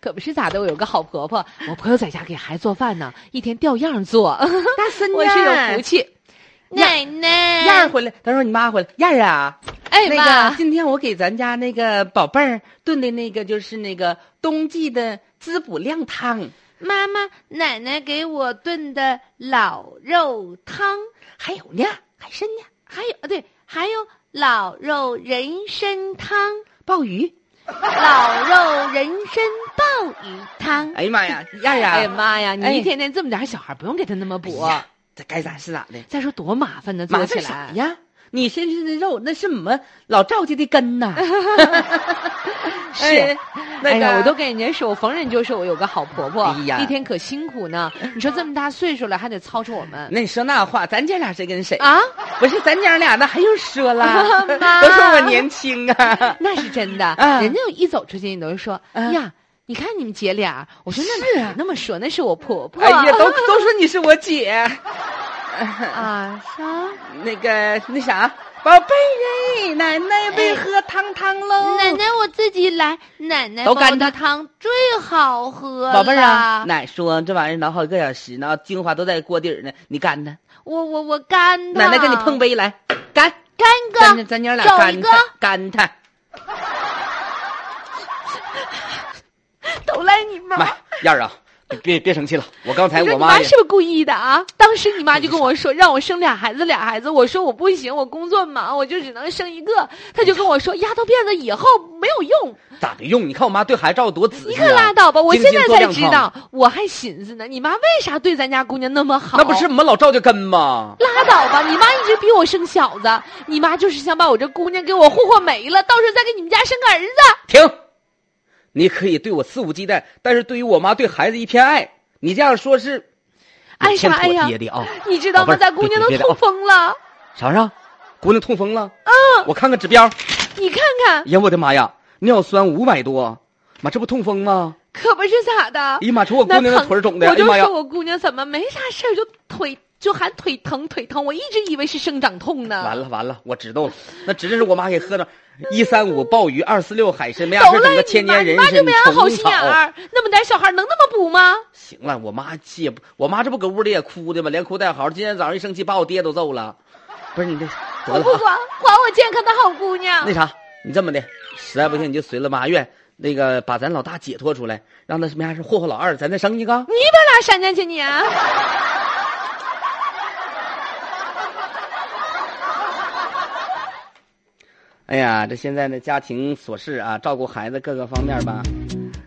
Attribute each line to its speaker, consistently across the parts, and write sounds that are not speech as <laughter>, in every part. Speaker 1: 怎么是咋的？我有个好婆婆，我婆婆在家给孩子做饭呢，一天掉样做，
Speaker 2: 哦
Speaker 3: 大孙
Speaker 1: <laughs> 我是有福
Speaker 3: 女，
Speaker 1: 气。
Speaker 3: 奶
Speaker 1: 燕儿
Speaker 3: 奶，
Speaker 1: 回来，他说你妈回来，燕儿啊，
Speaker 3: 哎
Speaker 1: 那
Speaker 3: 妈
Speaker 1: 个，今天我给咱家那个宝贝儿炖的那个就是那个冬季的滋补亮汤，
Speaker 3: 妈妈，奶奶给我炖的老肉汤，
Speaker 1: 还有呢，海参呢，
Speaker 3: 还有啊对，还有老肉人参汤，
Speaker 1: 鲍鱼。
Speaker 3: 老肉人参鲍鱼汤。
Speaker 1: <laughs> 哎呀妈呀，燕儿啊，
Speaker 2: 哎呀妈呀，你
Speaker 1: 哎
Speaker 2: 一天天这么点小孩，不用给他那么补
Speaker 1: 哎。呀这该咋啊是咋的，
Speaker 2: 再说多麻烦呢，做
Speaker 1: 麻
Speaker 2: 起
Speaker 1: 烦啥
Speaker 2: 来。
Speaker 1: 呀？啊你身上的肉那是我们老赵家的根 <laughs> 呐，
Speaker 2: 是
Speaker 1: 哎
Speaker 2: 哎
Speaker 1: 那
Speaker 2: 呀，
Speaker 1: 个
Speaker 2: 我都跟人家说，我逢人就说我有个好婆婆
Speaker 1: 哎，呀
Speaker 2: 一天可辛苦呢。你说这么大岁数了，还得操持我们
Speaker 1: 那你说那话，咱姐俩谁 <laughs> 跟谁？
Speaker 2: 啊？？
Speaker 1: 不是，咱娘俩那还用说了 <laughs> 都说我年轻 <laughs> 啊。
Speaker 2: <laughs> 那是真的，
Speaker 1: 啊
Speaker 4: 嗯
Speaker 2: 人家一走出去，你都说哎
Speaker 1: 啊
Speaker 2: 呀，你看你们姐俩。我说那
Speaker 1: 是
Speaker 2: 哪
Speaker 1: 啊
Speaker 2: 那么说，那是我婆婆。
Speaker 1: 哎呀，都都说你是我姐，
Speaker 2: 啊啥？
Speaker 1: 那个那啥，宝贝儿哎，奶奶喂喝汤汤 <laughs> 喽。
Speaker 3: 奶奶，我自己来。奶奶
Speaker 1: 都
Speaker 3: 煲
Speaker 1: 干
Speaker 3: 的汤最好喝了。
Speaker 1: 宝贝儿啊，奶说这玩意儿熬好几个小时呢，精华都在锅底儿呢，你干它。
Speaker 3: 我我我干它。
Speaker 1: 奶奶给你碰杯来，干，
Speaker 3: 干
Speaker 1: 咱
Speaker 3: 个
Speaker 1: 咱娘俩
Speaker 3: 找
Speaker 1: 干
Speaker 3: 一个
Speaker 1: 它，干它。
Speaker 2: <laughs> 都赖你妈
Speaker 4: 妈呀，燕儿啊，别别别生气了，我刚才
Speaker 2: 你说
Speaker 4: 我
Speaker 2: 你妈
Speaker 4: 妈也嗯
Speaker 2: 是不是故意的啊？当时你妈就跟我说，让我生俩孩子，俩孩子。我说我不行，我工作忙，我就只能生一个。她就跟我说，丫头辫子以后没有用，
Speaker 4: 咋没用？你看我妈对孩子照顾多仔
Speaker 2: 你
Speaker 4: 细、
Speaker 2: 可
Speaker 4: 啊，
Speaker 2: 拉倒吧！我
Speaker 4: 精
Speaker 2: 现
Speaker 4: 心
Speaker 2: 在
Speaker 4: 做
Speaker 2: 才
Speaker 4: 量
Speaker 2: 知
Speaker 4: 汤
Speaker 2: 道，我还寻思呢，你妈为啥对咱家姑娘那么好？
Speaker 4: 那不是我们老赵家根吗？
Speaker 2: 拉倒吧！你妈一直逼我生小子，你妈就是想把我这姑娘给我霍霍没了，到时候再给你们家生个儿子。
Speaker 4: 停！你可以对我肆无忌惮，但是对于我妈对孩子一片爱，你这样说是
Speaker 2: 哎
Speaker 4: 欠
Speaker 2: 呀哎
Speaker 4: 妥
Speaker 2: 呀
Speaker 4: 帖，的啊！
Speaker 2: <laughs> 你知道
Speaker 4: 宝贝
Speaker 2: 吗？
Speaker 4: 儿
Speaker 2: 咱姑娘都
Speaker 4: 别别哦别
Speaker 2: 痛风了，
Speaker 4: 啥啥？姑娘痛风了？嗯，我看看指标，
Speaker 2: 你看看，
Speaker 4: 哎呀，我的妈呀，尿酸五百多，妈，这不痛风吗？
Speaker 2: 可不是咋的
Speaker 4: 哎。呀妈，瞅我姑
Speaker 2: 那
Speaker 4: 娘那
Speaker 2: 疼
Speaker 4: 腿儿肿的，哎
Speaker 2: 我就
Speaker 4: 呀妈呀
Speaker 2: 说！我姑娘怎么没啥事儿就腿就喊腿疼腿疼，我一直以为是生长痛呢。
Speaker 4: 完了完了，我知道了，那指定是我妈给喝的。一三五鲍鱼，二四六海参，没啥
Speaker 2: 都
Speaker 4: 事整
Speaker 2: 赖
Speaker 4: 个
Speaker 2: 你
Speaker 4: 千
Speaker 2: 妈，
Speaker 4: 年
Speaker 2: 你
Speaker 4: 人
Speaker 2: 妈就
Speaker 4: 参
Speaker 2: 没安好
Speaker 4: 虫
Speaker 2: 心眼
Speaker 4: 草。
Speaker 2: 儿，那么点小孩儿能那么补吗？
Speaker 4: 行了，我妈气不，我妈这不搁屋里也哭的吗？连哭带嚎，今天早上一生气把我爹都揍了。不是你这得
Speaker 2: 我
Speaker 4: 了
Speaker 2: 不
Speaker 4: 啊，
Speaker 2: 管，管我健康的好姑娘
Speaker 4: 那。啥，你这么的，实在不行你就随了妈愿，那个把咱老大解脱出来，让他没啥事霍霍老二，咱再生一个。
Speaker 2: 你把俩删家去你、啊？
Speaker 4: 哎呀，这现在的家庭琐事啊，照顾孩子各个方面吧，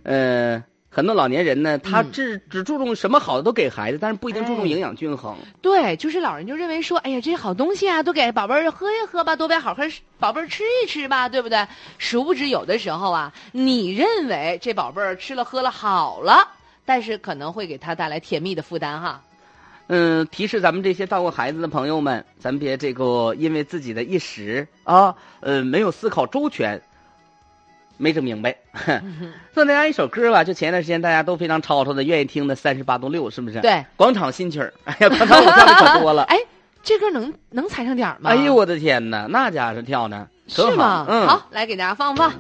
Speaker 4: 呃，很多老年人呢，
Speaker 2: 嗯
Speaker 4: 他只只注重什么好的都给孩子，但是不一定注
Speaker 2: 哎
Speaker 4: 重营养均衡。
Speaker 2: 对，就是老人就认为说，哎呀，这些好东西啊，都给宝贝儿喝一喝吧，多给好喝宝贝儿吃一吃吧，对不对？殊不知有的时候啊，你认为这宝贝儿吃了喝了好了，但是可能会给他带来甜蜜的负担哈。
Speaker 4: 嗯、提示咱们这些照顾孩子的朋友们，咱别这个因为自己的一时啊，呃，没有思考周全，没整明白。
Speaker 2: 嗯
Speaker 4: 送大家一首歌吧，就前段时间大家都非常吵吵的，愿意听的《三十八度六》，是不是？，
Speaker 2: 对，
Speaker 4: 广场新曲儿，哎呀，广场舞跳的可多了。
Speaker 2: <laughs> 哎，这歌能能踩上点儿吗？
Speaker 4: 哎呦，我的天哪，那家伙是跳呢，可
Speaker 2: 是吗？
Speaker 4: 嗯，
Speaker 2: 好，来给大家放放。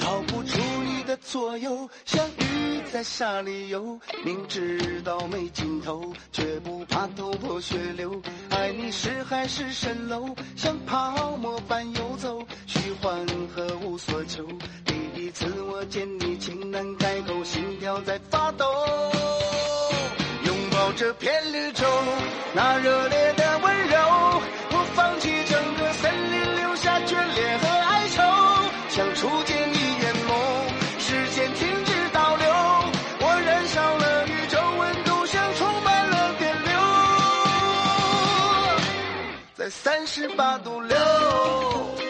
Speaker 5: 逃不出你的左右，像鱼在沙里游，明知道没尽头，却不怕头破血流。爱你是海市蜃楼，像泡沫般游走，虚幻和无所求。第一次我见你，情难开口，心跳在发抖。拥抱这片绿洲，那热烈的温柔，我放弃整个森林，留下眷恋和哀愁。想初见你眼眸，时间停止倒流，我燃烧了宇宙，温度像充满了电流，在三十八度六。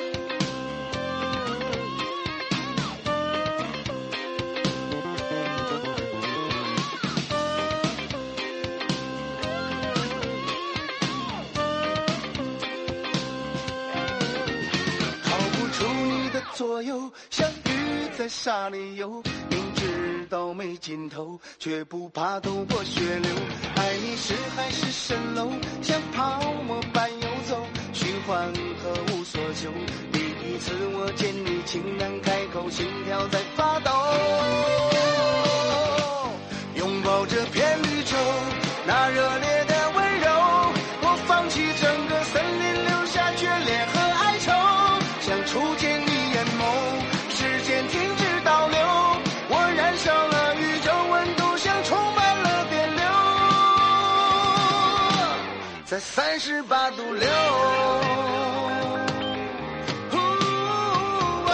Speaker 5: 逃不出你的左右，像鱼在沙里游，明知到没尽头，却不怕头破血流。爱你是海市蜃楼，像泡沫般游走，虚幻和无所求。第一次我见你，情难开口，心跳在发抖。拥抱这片绿洲，那热烈的温柔，我放弃整个森林，留下眷恋和哀愁。想初见你眼眸，时间停止倒流，我燃烧了宇宙，温度像充满了电流，在三十八度六。呜 oh, 哦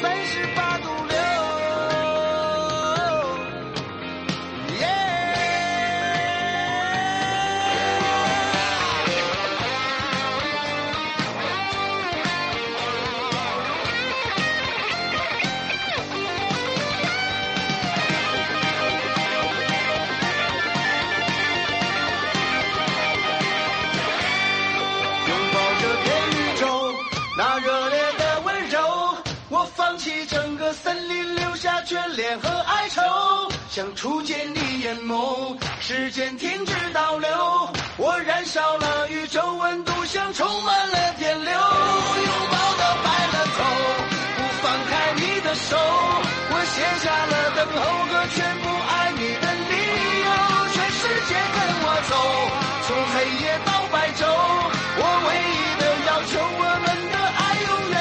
Speaker 5: 三十八度六，耶！拥抱这片宇宙，那热烈的温柔，我放弃整个森林，留下眷恋和哀愁。想初见你眼眸，时间停止倒流，我燃烧了宇宙，温度像充满了电流，拥抱到白了头，不放开你的手，我写下了等候和全部爱你的理由，全世界跟我走，从黑夜到白昼，我唯一的要求，我们的爱永远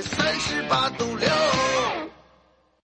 Speaker 5: 停留在三十八度六。